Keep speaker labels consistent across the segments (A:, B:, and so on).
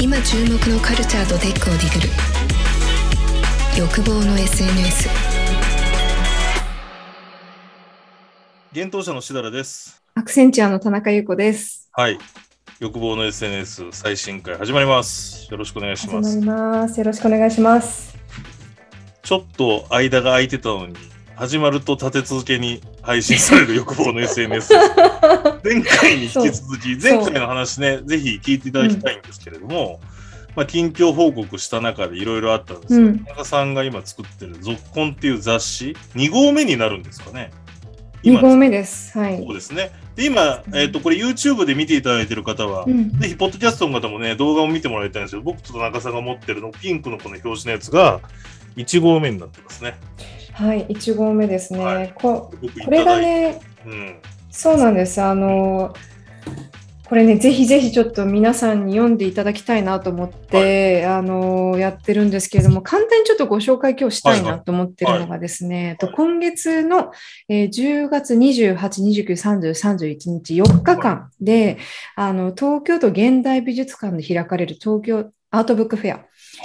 A: 今注目のカルチャーとテックをディグる欲望の SNS
B: 現当社のしだらです。
C: アクセンチュアの田中優子です。
B: はい。欲望の SNS 最新回始まります。よろしくお願いし
C: 始
B: ま
C: ますり。ます。よろしくお願いします。
B: ちょっと間が空いてたのに、始まると立て続けに配信され る欲望の SNS。前回に引き続き、
C: そう
B: 前回の話ね、ぜひ聞いていただきたいんですけれども、まあ、近況報告した中でいろいろあったんです
C: う
B: よ。
C: ん
B: 田中さんが今作ってる「続婚」っていう雑誌、2号目になるんですかね。
C: 二
B: 今
C: 号目です。はい
B: そう。ですね。で、今、えっ、と、これ YouTube で見ていただいている方は、
C: うん。
B: ぜひ、ポッドキャストの方もね、動画を見てもらいたいんですけど、僕と田中さんが持ってるの、ピンクのこの表紙のやつが、1号目になってますね。
C: はい、一号目ですね。
B: はい
C: こ
B: 僕いただ
C: これ
B: い
C: がね、
B: うん。
C: そうなんです。あのこれね、ぜひぜひちょっと皆さんに読んでいただきたいなと思って、あのやってるんですけれども、簡単にちょっとご紹介今日したい
B: はいは
C: ないと思ってるのがですね、えっと
B: はい
C: 今月の、えー10月28、29、30、31日4日間で、あの東京都現代美術館で開かれる東京アートブックフェ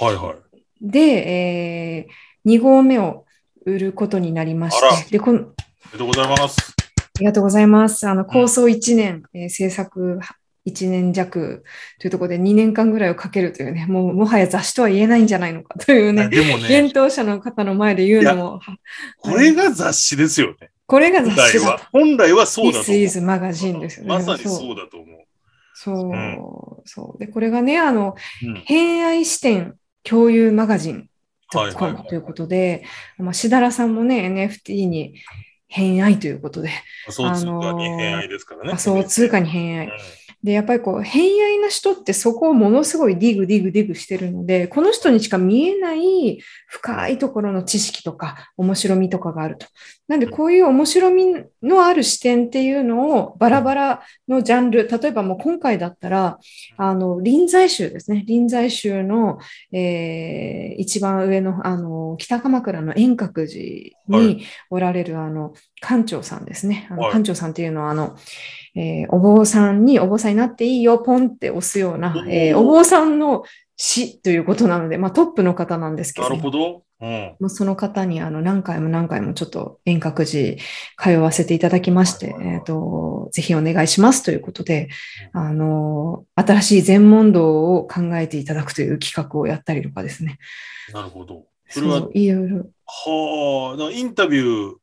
C: ア
B: はいはい。
C: で、え2号目を売ることになりまし
B: あら
C: て、でこの
B: おめでとうございます。
C: ありがとうございます。あの構想1年、えー制作1年弱というところで2年間ぐらいをかけるというね、もうもはや雑誌とは言えないんじゃないのかと いうね、
B: でもね
C: 厳、冬者の方の前で言うのも、は
B: これが雑誌ですよね。
C: これが雑
B: 本来
C: 誌
B: は
C: だ。。
B: 本来はそうだと
C: This
B: 思
C: is マガジンです
B: う。
C: よね。
B: まさに
C: そ。
B: そううだと思う。
C: そう、
B: うん
C: そう。で、これがね、あの、
B: うん
C: 偏愛視点共有マガジン
B: はいはい
C: .com ということで、まあ、しだらさんもね、NFT に偏愛ということで、
B: 仮想通貨に偏愛ですからね。
C: 仮想通貨に偏
B: う
C: 愛
B: ん。。
C: で、やっぱりこう、偏愛な人ってそこをものすごいディグディグディグしてるので、この人にしか見えない深いところの知識とか、面白みとかがあると。なんで、こういう面白みのある視点っていうのを、バラバラのジャンル、例えばもう今回だったら、あの、臨済宗ですね。臨済宗の、えー一番上の、あの、北鎌倉の円覚寺
B: は
C: におられる、あの、館長さんですね。あの
B: はい
C: 館長さんっていうのは、あの、えーお坊さんにお坊さんになっていいよ、ポンって押すような
B: お、ー
C: えーお坊さんの死ということなので、まあ、トップの方なんですけ
B: な
C: ど、
B: るほど。うん。
C: もうその方にあの何回も何回もちょっと遠隔寺通わせていただきまして、
B: はいはいはい
C: えー、とぜひお願いしますということで、あの新しい禅問答を考えていただくという企画をやったりとかですね。
B: なるほど。それは
C: ういろいろ
B: はあ、だからインタビュー、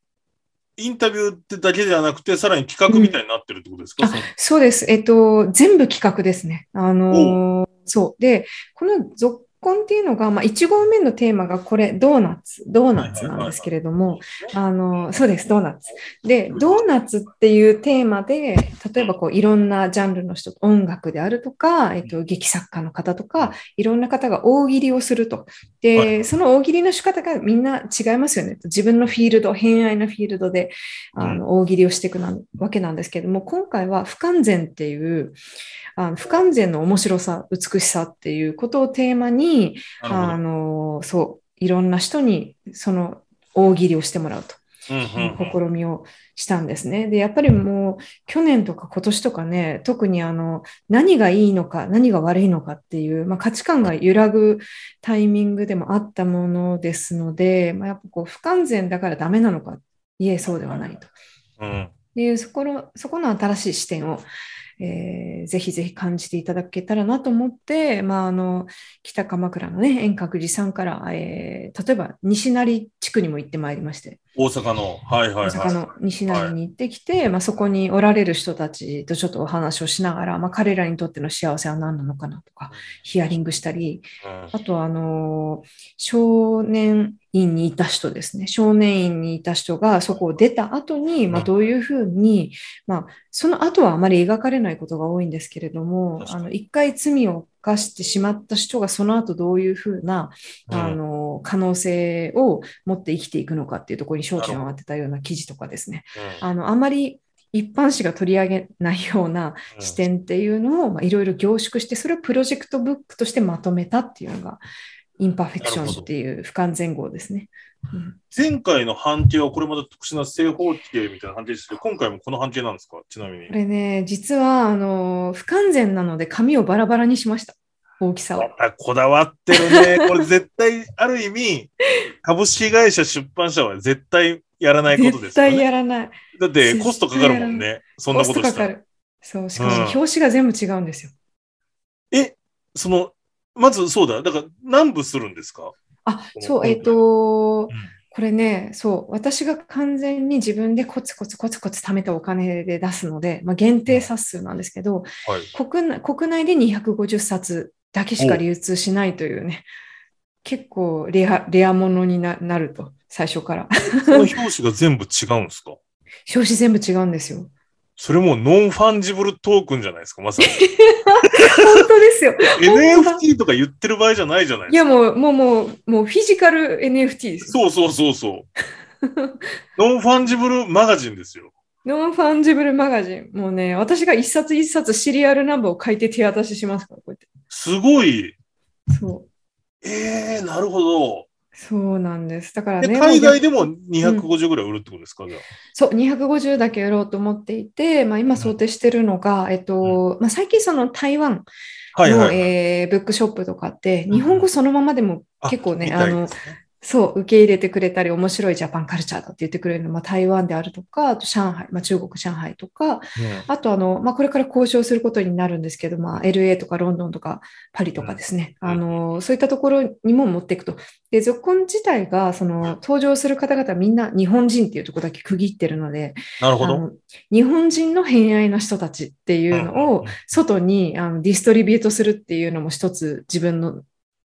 B: インタビューってだけじゃなくて、さらに企画みたいになってるってことですか、
C: うんあそうです。えっと、全部企画ですね。あのーそう。で、この続婚っていうのが、まあ、1号目のテーマがこれ、ドーナツ、ドーナツなんですけれども、あのーそうです、ドーナツ。で、ドーナツっていうテーマで、例えばこう、いろんなジャンルの人、音楽であるとか、えっと、劇作家の方とか、いろんな方が大喜利をすると。で、
B: はい
C: その大喜利の仕方がみんな違いますよね。自分のフィールド、偏愛のフィールドで、あの大喜利をしていくなわけなんですけれども、今回は不完全っていう、あの不完全の面白さ、美しさっていうことをテーマに、
B: な
C: あ
B: る
C: のそういろんな人にその大喜利をしてもらうと。
B: ほど。うんうんうん
C: 試みをしたんですね。で、やっぱりもう去年とか今年とかね、特にあの何がいいのか、何が悪いのかっていう、まあ、価値観が揺らぐタイミングでもあったものですので、まあ、やっぱこう不完全だからダメなのか、いえ、そうではないと。
B: うん
C: っていうそこの、そこの新しい視点を、えーぜひぜひ感じていただけたらなと思って、まあ、あの北鎌倉のね、遠隔寺さんから、えー例えば西成地区にも行ってまいりまして、
B: 大阪の、はいはいは
C: 大
B: い。
C: 阪の西成に行ってきて、まあ、そこにおられる人たちとちょっとお話をしながら、まあ、彼らにとっての幸せは何なのかなとか、ヒアリングしたり、
B: うん
C: あとはあのー少年院にいた人ですね、少年院にいた人がそこを出た後に、まあ、
B: うん
C: どういうふうに、まあ、その後はあまり描かれないことが多いんですけれども
B: 確、か
C: あ
B: に
C: の一回罪を犯してしまった人がその後どういうふうな、あ
B: うん
C: の可能性を持って生きていくのかっていうところに焦点を当てたような記事とかですね。あのあまり一般紙が取り上げないような
B: うん
C: 視点っていうのをまあいろいろ凝縮して、それをプロジェクトブックとしてまとめたっていうのが、インパーフェクションっていう不完全号ですね。うん
B: 前回の判定はこれまた特殊な正方形みたいな判定ですけど、今回もこの判定なんですかちなみに
C: こ。れね、実はあの不完全なので紙をバラバラにしました。大きさを。
B: あこだわってる ね。これ絶対、ある意味、株式会社出版社は絶対やらないことです
C: 絶
B: よ
C: 対や
B: ね。
C: らない。
B: だってコストかかるもん
C: 絶対や
B: ね。そんなこ
C: コ
B: と
C: スト
B: し
C: か
B: た。
C: からる。そう、しかも
B: うん
C: 表紙が全部違うんですよ。
B: え、その、まずそうだ。だから何部するんですか
C: あ、
B: うん
C: そう、えっ、と、これね、そう、私が完全に自分でコツコツコツコツ貯めたお金で出すので、まあ、限定冊数なんですけど、
B: はい。
C: 国内国内で250冊だけしか流通しないというね、結構レアレアものにななると、最初から。
B: その表紙が全部違うんですか
C: 表紙全部違うんですよ。
B: それもうノンファンジブルトークンじゃないですか、 まさに。
C: 本当ですよ。当だ
B: NFT とか言ってる場合じゃないじゃない
C: い
B: ですか。
C: や、もう、もう、もう、もうフィジカル NFT です よ。
B: そうそうそうそう。 ノンファンジブルマガジンですよ。
C: ノンファンジブルマガジン。もうね、私が一冊一冊シリアルナンバーを書いて手渡ししますから、こうやって。
B: すごい。
C: そう。
B: ええー、なるほど。
C: そうなんです。だから
B: で
C: ね、
B: 海
C: もう
B: 外でも250ぐらい売るってことですか、じゃあ
C: そう、250だけ売ろうと思っていて、まあ、今想定してるのが、えっと、まあ、最近その台湾
B: はい
C: の、
B: はい、はい。
C: えーブックショップとかって、
B: ん
C: 日本語そのままでも
B: あ
C: 結構ね、
B: み
C: あ
B: たい
C: の
B: で、すね
C: そう、受け入れてくれたり、面白いジャパンカルチャーだって言ってくれるの、まあ、台湾であるとか、あと上海、まあ、中国、上海とか、
B: うん
C: あとあの、まあ、これから交渉することになるんですけど、まあ、LA とかロンドンとかパリとかですね、
B: うん
C: あのそういったところにも持っていくと。で、ゾコン自体がその登場する方々みんな日本人っていうところだけ区切ってるので、
B: なるほ
C: あ
B: ど。
C: の日本人の偏愛な人たちっていうのを外にあのディストリビュートするっていうのも一つ自分の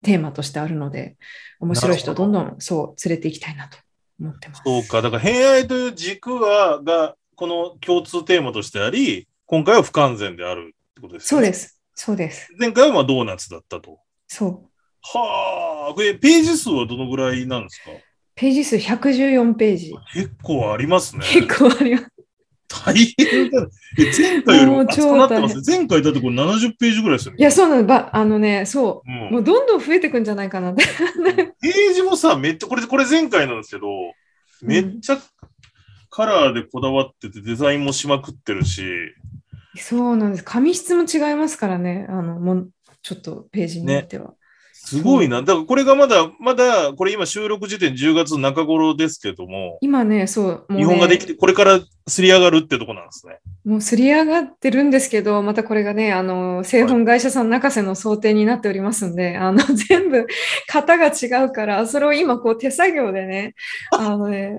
C: テーマとしてあるので、面白い
B: な
C: 人
B: る
C: ど
B: ほ
C: んどんそう連れていきたいなと思ってます。
B: そうか、だから偏愛という軸はが、この共通テーマとしてあり、今回は不完全であるってことです
C: そ
B: よ
C: う
B: ね。
C: で。す。そうです。
B: 前回はまあドーナツだったと。
C: そう。
B: はあ、これページ数はどのぐらいなんですか
C: ページ数114ページ。
B: 結構ありますね。
C: 結構あります。
B: 大変だね。え前回よりも
C: もう
B: 厚くなってま
C: 超
B: すね。前回だってこれ70ページぐらいですよ
C: い
B: ね。
C: や、そうなの。ばあのね、そうう。も
B: ん、
C: うどんどん増えてくんじゃないかなって。
B: ページもさ、めっちゃ、これ、これ前回なんですけど、めっちゃカラーでこだわってて、デザインもしまくってるし、
C: そうなんです。紙質も違いますからね。あの、もうちょっとページによっては。
B: すごいな。だからこれがまだ、まだ、これ今収録時点10月中頃ですけども、
C: 今ね、そう。もうね
B: 日本ができて、これからすり上がるってとこなんですね。
C: もうすり上がってるんですけど、またこれがね、あの、製本会社さん泣かせの想定になっておりますんで、あの、 全部、型が違うから、それを今、こう、手作業でね、あのね、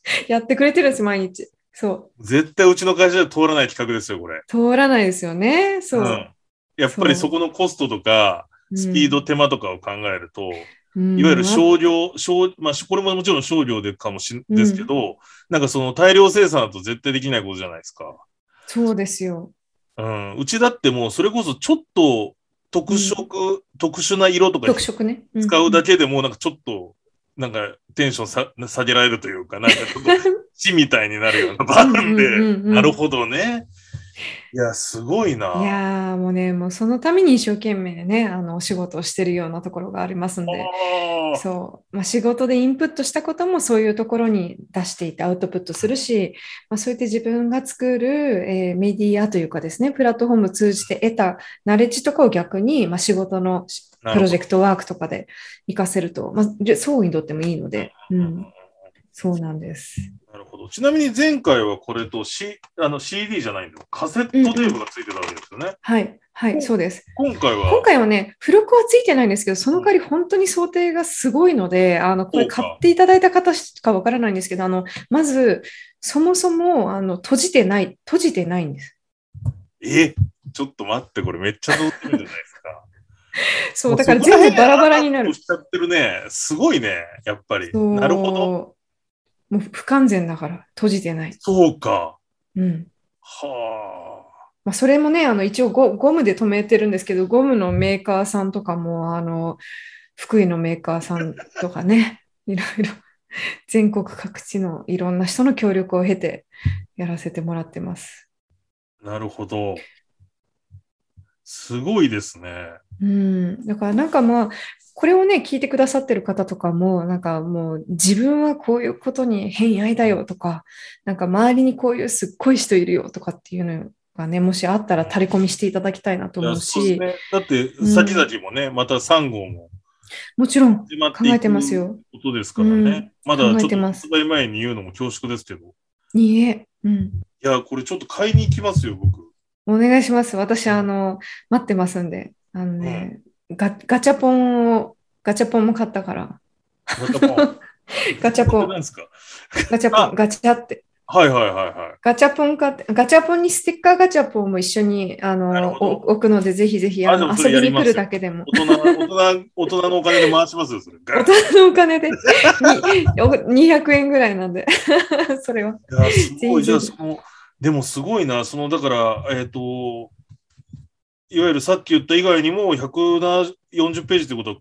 C: やってくれてるんです、毎日。そう。
B: 絶対うちの会社では通らない企画ですよ、これ。
C: 通らないですよね。そう。
B: ん。やっぱりそこのコストとか、
C: うん
B: スピード、、手間とかを考えると、
C: うん
B: いわゆる少量、少まあ、しこれももちろん少量でかもしれ
C: うん
B: ですけど、なんかその大量生産だと絶対できないことじゃないですか。
C: そうですよ。
B: うん、うちだってもうそれこそちょっと特色、特殊な色とか
C: 特色ね。ん
B: 使うだけでもうなんかちょっと、なんかテンションさ下げられるというか、なんかちょっ と死みたいになるような場あるん
C: うんうん
B: で、
C: うんうん
B: なるほどね。いや、すごい
C: い
B: な。
C: やーもうね、もうそのために一生懸命ね、あのお仕事をしてるようなところがありますん
B: あ
C: で、
B: ー
C: そう、まあ、仕事でインプットしたこともそういうところに出していてアウトプットするし、まあ、そうやって自分が作る、えーメディアというかですね、プラットフォームを通じて得たナレッジとかを逆に、まあ、仕事のし
B: な
C: プ
B: るほど
C: ロジェクトワークとかで活かせると、まあ、で相互にとってもいいので、うん、そうなんです。
B: なるほど。ちなみに前回はこれと、C、あの CD じゃないんだよ。カセットテープがついてたわけですよね。
C: はい、は
B: う
C: い、
B: ん
C: そうです。
B: 今回は。
C: 今回はね、付録はついてないんですけど、その代わり本当に想定がすごいので、あのこれ
B: そうか
C: 買っていただいた方しかわからないんですけど、あのまず、そもそもあの閉じてない、閉じてないんです。
B: え、ちょっと待って、これめっちゃ乗ってるじゃないですか。
C: そ
B: も
C: う、
B: う
C: だから
B: そこら辺
C: 全部バラバラにな
B: アッ
C: る
B: プ。しちゃってるね。すごいね、やっぱり。
C: そう
B: なるほど。
C: もう不完全だから、閉じてない。
B: そうか。
C: うん。
B: は
C: まあ、それもね、あの一応ゴゴムで止めてるんですけど、ゴムのメーカーさんとかも、あの福井のメーカーさんとかね、 いろいろ全国各地のいろんな人の協力を経てやらせてもらってます。
B: あ。なるほど。すごいですね。
C: うん、だからなんかまあ、これをね、聞いてくださってる方とかも、なんかもう自分はこういうことに偏愛だよとか、なんか周りにこういうすっごい人いるよとかっていうのがね、もしあったら垂れ込みしていただきたいなと思う
B: いや
C: し、
B: そうですねだって、先々もね、また3号も
C: もちろん
B: 始まって
C: 考
B: い
C: え
B: く
C: てますよ。
B: ことですからね。まだちょ
C: 考
B: っ
C: えて
B: と
C: ます
B: 発売前に言うのも恐縮ですけど。
C: いいえ。うん。
B: いや、これちょっと買いに行きますよ、僕。
C: お願いします。私、あの、待ってますんで。あのね、ガガチャポンを、ガチャポンも買ったから。
B: ガチャポン。
C: ガチャポン
B: なんですか
C: ガチャポン、ガチャって。
B: はいはいはいは
C: ガチャポン買って、ガチャポンにステッカーガチャポンも一緒に、あ
B: なる
C: の、
B: ほど
C: お置くので、ぜひぜひ、
B: あ
C: あの
B: でもそれ
C: 遊び
B: やり
C: に来
B: ますよ
C: るだけでも。
B: い。大人、大人、大人のお金で回しますよ、それ。ガ
C: 大
B: ッ
C: 人のお金でにお200円ぐらいなんで、 それは。
B: いや、すごい。じゃ
C: ぜ
B: あ、
C: ひぜ
B: その、でもすごいな、その、だから、えっ、と、いわゆるさっき言った以外にも、140ページってことは、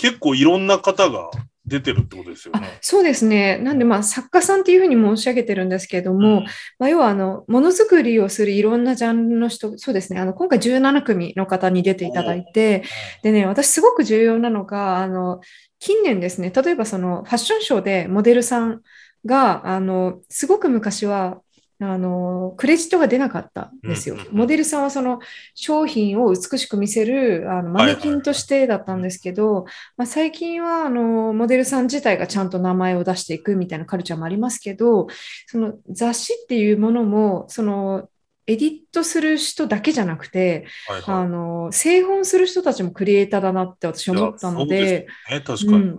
B: 結構いろんな方が出てるってことですよ
C: あ
B: ね。
C: そうですね。なんで、まあ、作家さんっていうふうに申し上げてるんですけれども、まあ、要はあのものづくりをするいろんなジャンルの人そうですねあの今回17組の方に出ていただいてでね私すごく重要なのがあの近年ですね例えばそのファッションショーでモデルさんがあのすごく昔はあのクレジットが出なかったんですよ
B: うんうん。うん
C: モデルさんはその商品を美しく見せるあのマネキンとしてだったんですけど、まあ、最近はあのモデルさん自体がちゃんと名前を出していくみたいなカルチャーもありますけど、その雑誌っていうものもそのエディットする人だけじゃなくて、
B: はいはい。
C: あの製本する人たちもクリエイターだなって私思ったの
B: いや
C: で、
B: そうですよね、確かに。
C: うん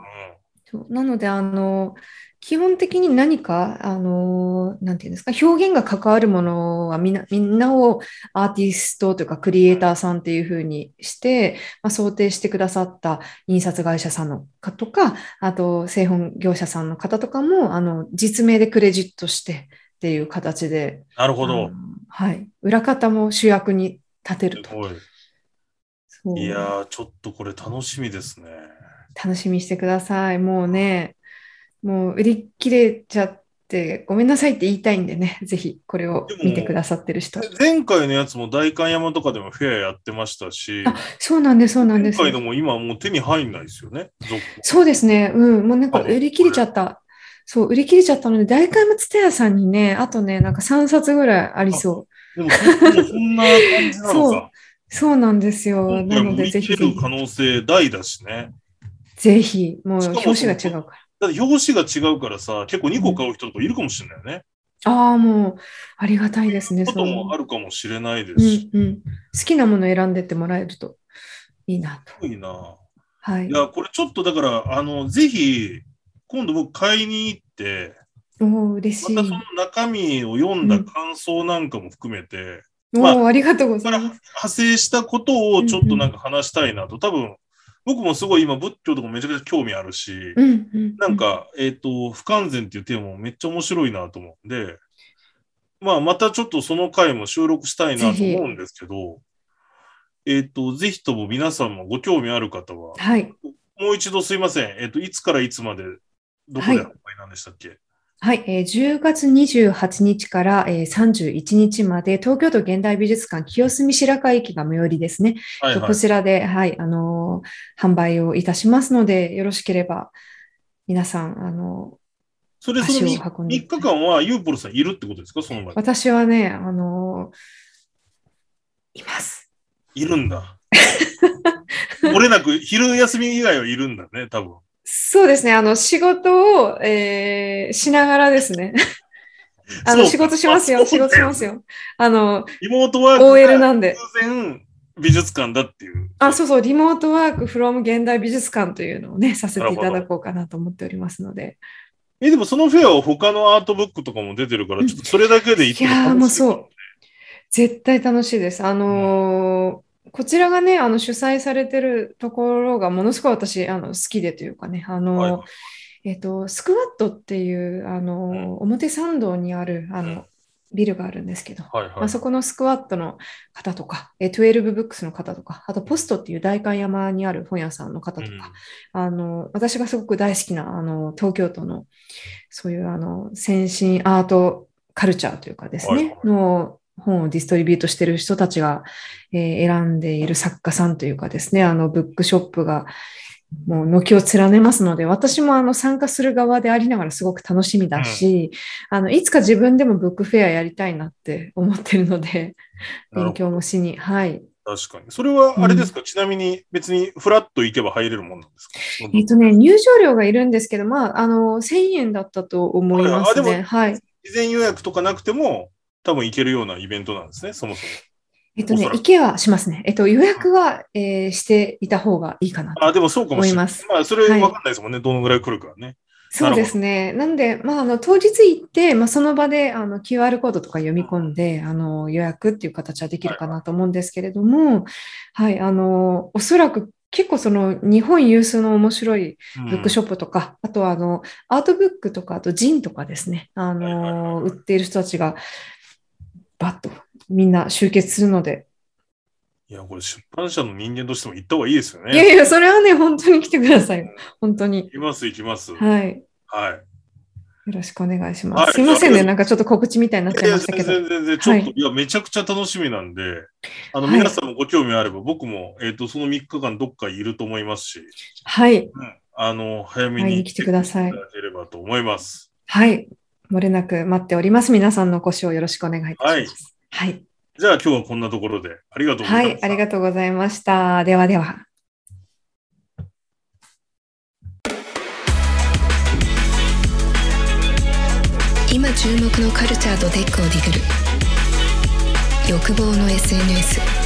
C: そうなのであの基本的に何かあのなんていうんですか表現が関わるものはみんなみんなをアーティストというかクリエイターさんっていうふうにして、まあ、想定してくださった印刷会社さんの方とかあと製本業者さんの方とかもあの実名でクレジットしてっていう形で
B: なるほ
C: あの
B: ど。
C: はい、裏方も主役に立てる
B: す
C: と
B: ごい。
C: そう
B: いやー、ちょっとこれ楽しみですね。
C: 楽しみにしてください。もうね、もう売り切れちゃって、ごめんなさいって言いたいんでね、 ぜひこれを見てくださってる人。
B: で前回のやつも代官山とかでもフェアやってましたし、
C: あそうなんです、そうなんで
B: 前
C: す。
B: 回のも今もう手に入んないですよね、続
C: そうですね、うん、もうなんか
B: あの
C: 売り切れちゃった。そう、売り切れちゃったので、大会も蔦屋さんにね、あとね、なんか3冊ぐらいありそ
B: でもそもうそんな感じなの
C: そう
B: か。
C: う。そうなんですよ。
B: 今
C: な
B: 回
C: の
B: も
C: で、
B: 見
C: ぜ
B: て
C: ひぜ
B: る
C: ひ
B: 可、能性大だしね。
C: ぜひ、もう
B: しかも
C: 表紙が違うか
B: だって表紙が違うからさ、結構2個買う人とかいるかもしれないよね。
C: ら。ああ、もう、ありがたいですね、
B: こと
C: そう。
B: もあるかもしれないですし。
C: うんうん、好きなもの選んでってもらえるといいなと。
B: すごいな。
C: はい
B: い。や、これちょっとだから、あの、ぜひ、今度僕買いに行って、
C: おお、嬉しい。
B: またその中身を読んだ感想なんかも含めて、まあ
C: おお、ありがとうご
B: そこか
C: ざ
B: ら
C: います。
B: 派生したことをちょっとなんか話したいなと、多分僕もすごい今仏教とかめちゃくちゃ興味あるし、
C: うんうん、
B: なん、か、えっ、と、不完全っていうテーマもめっちゃ面白いなと思うんで、まあ、またちょっとその回も収録したいなと思うんですけど、えっ、と、ぜひとも皆さんもご興味ある方は、
C: はい。
B: もう一度すいません、えっ、と、いつからいつまで、どこで販売なんでしたっけ、
C: はい、えー10月28日から、えー、31日まで、東京都現代美術館清澄白河駅が最寄りですね。
B: はいはい
C: こ。ちらで、はい、あのー販売をいたしますので、よろしければ、皆さん、あの
B: それ、その
C: 足を運
B: 3,
C: んで
B: 日間はユーポルさんいるってことですかその
C: ー
B: 前。
C: 私はね、あのーいます。
B: いるんだ。漏れなく、昼休み以外はいるんだね、多分。
C: そうですね、あの、仕事を、えーしながらですね。あの、
B: そう
C: 仕事しますよ、仕事します。よ。あの、
B: リモートワークが
C: OL なんで。
B: 偶然美術館だっていう。
C: あ、そうそう、リモートワークフロム現代美術館というのをね、させていただこうかなと思っておりますので。
B: え、でもそのフェアは他のアートブックとかも出てるか
C: う
B: ら、
C: ん
B: ちょっとそれだけで行っ
C: い
B: ても
C: やー、も
B: 楽し
C: う
B: いか
C: そう。絶対楽しいです。あのーこちらがね、あの主催されてるところがものすごい私、あの好きでというかね、あのー
B: はいはい
C: えっと、スクワットっていう、あのー
B: うん
C: 表参道にある、あ
B: うん
C: の、ビルがあるんですけど、
B: はいは
C: まあ、そこのスクワットの方とか、えー、12ブックスの方とか、あとポストっていう代官山にある本屋さんの方と
B: い。
C: か、あの私がすごく大好きなあの東京都のそういうあの先進アートカルチャーというかです
B: はいは
C: ね、の本をディストリビュートしてる人たちが、えー選んでいる作家さんというかですね、あのブックショップがもう軒を連ねますので、私もあの参加する側でありながらすごく楽しみだし、あのいつか自分でもブックフェアやりたいなって思ってるので、
B: なるほど
C: 勉強もしに、はい。
B: 確かに。それはあれですか、ちなみに別にフラッと行けば入れるもんなんですか
C: えっとね、入場料がいるんですけど、まあ、あの1000円だったと思いま
B: は
C: す
B: いあで
C: ね。はい。
B: 事前予約とかなくても、多分行けるようなイベントなんですね、そもそも。
C: えっとね、
B: おそらく
C: 行けはしますね。えっと、予約は、えーしていた方がいいかなと
B: あ、でもそうかもしれない。
C: 思います
B: あ、それ
C: は
B: 分
C: い
B: かんないですもんね、どのぐらい来るかね。
C: そうですね。なんで、まあ、あの当日行って、まあ、その場であの QR コードとか読み込んであの予約っていう形はできるかなと思うんですけれども、はい、あのおそらく結構その日本有数の面白い
B: うん
C: ブックショップとか、あとはあのアートブックとか、あとジンとかですね、
B: は
C: あ
B: いはい
C: の売っている人たちがバッとみんな集結するので、
B: いや、これ出版社の人間としても行った方がいいですよ
C: いや
B: ね。
C: いや、それはね、本当に来てください。本当に。
B: 行きます、行きます。はい。
C: はい。
B: はい
C: よろしくお願いし
B: は
C: ま
B: い
C: す。すいません
B: あ
C: ね。
B: り
C: なんかちょっと告知みたいになっちゃい
B: や
C: ま
B: い
C: し
B: や
C: たけ
B: 全
C: ど。
B: 然全然、ちょっと、
C: はい
B: いや、めちゃくちゃ楽しみなんで、あの、
C: はい
B: 皆さんもご興味あれば、僕も、えっ、と、その3日間どっかいると思いますし、
C: はい。
B: うんあの、早め
C: 会い
B: に
C: に来てください
B: いただければと思います。
C: はい。漏れなく待っております。皆さんのお越しをよろしくお願いいたします。はい。
B: じゃあ今日はこんなところで、ありがとうござ
C: はい
B: ま
C: い
B: し。た。
C: ありがとうございました。ではでは。
A: 今注目のカルチャーとテックをディグる欲望の SNS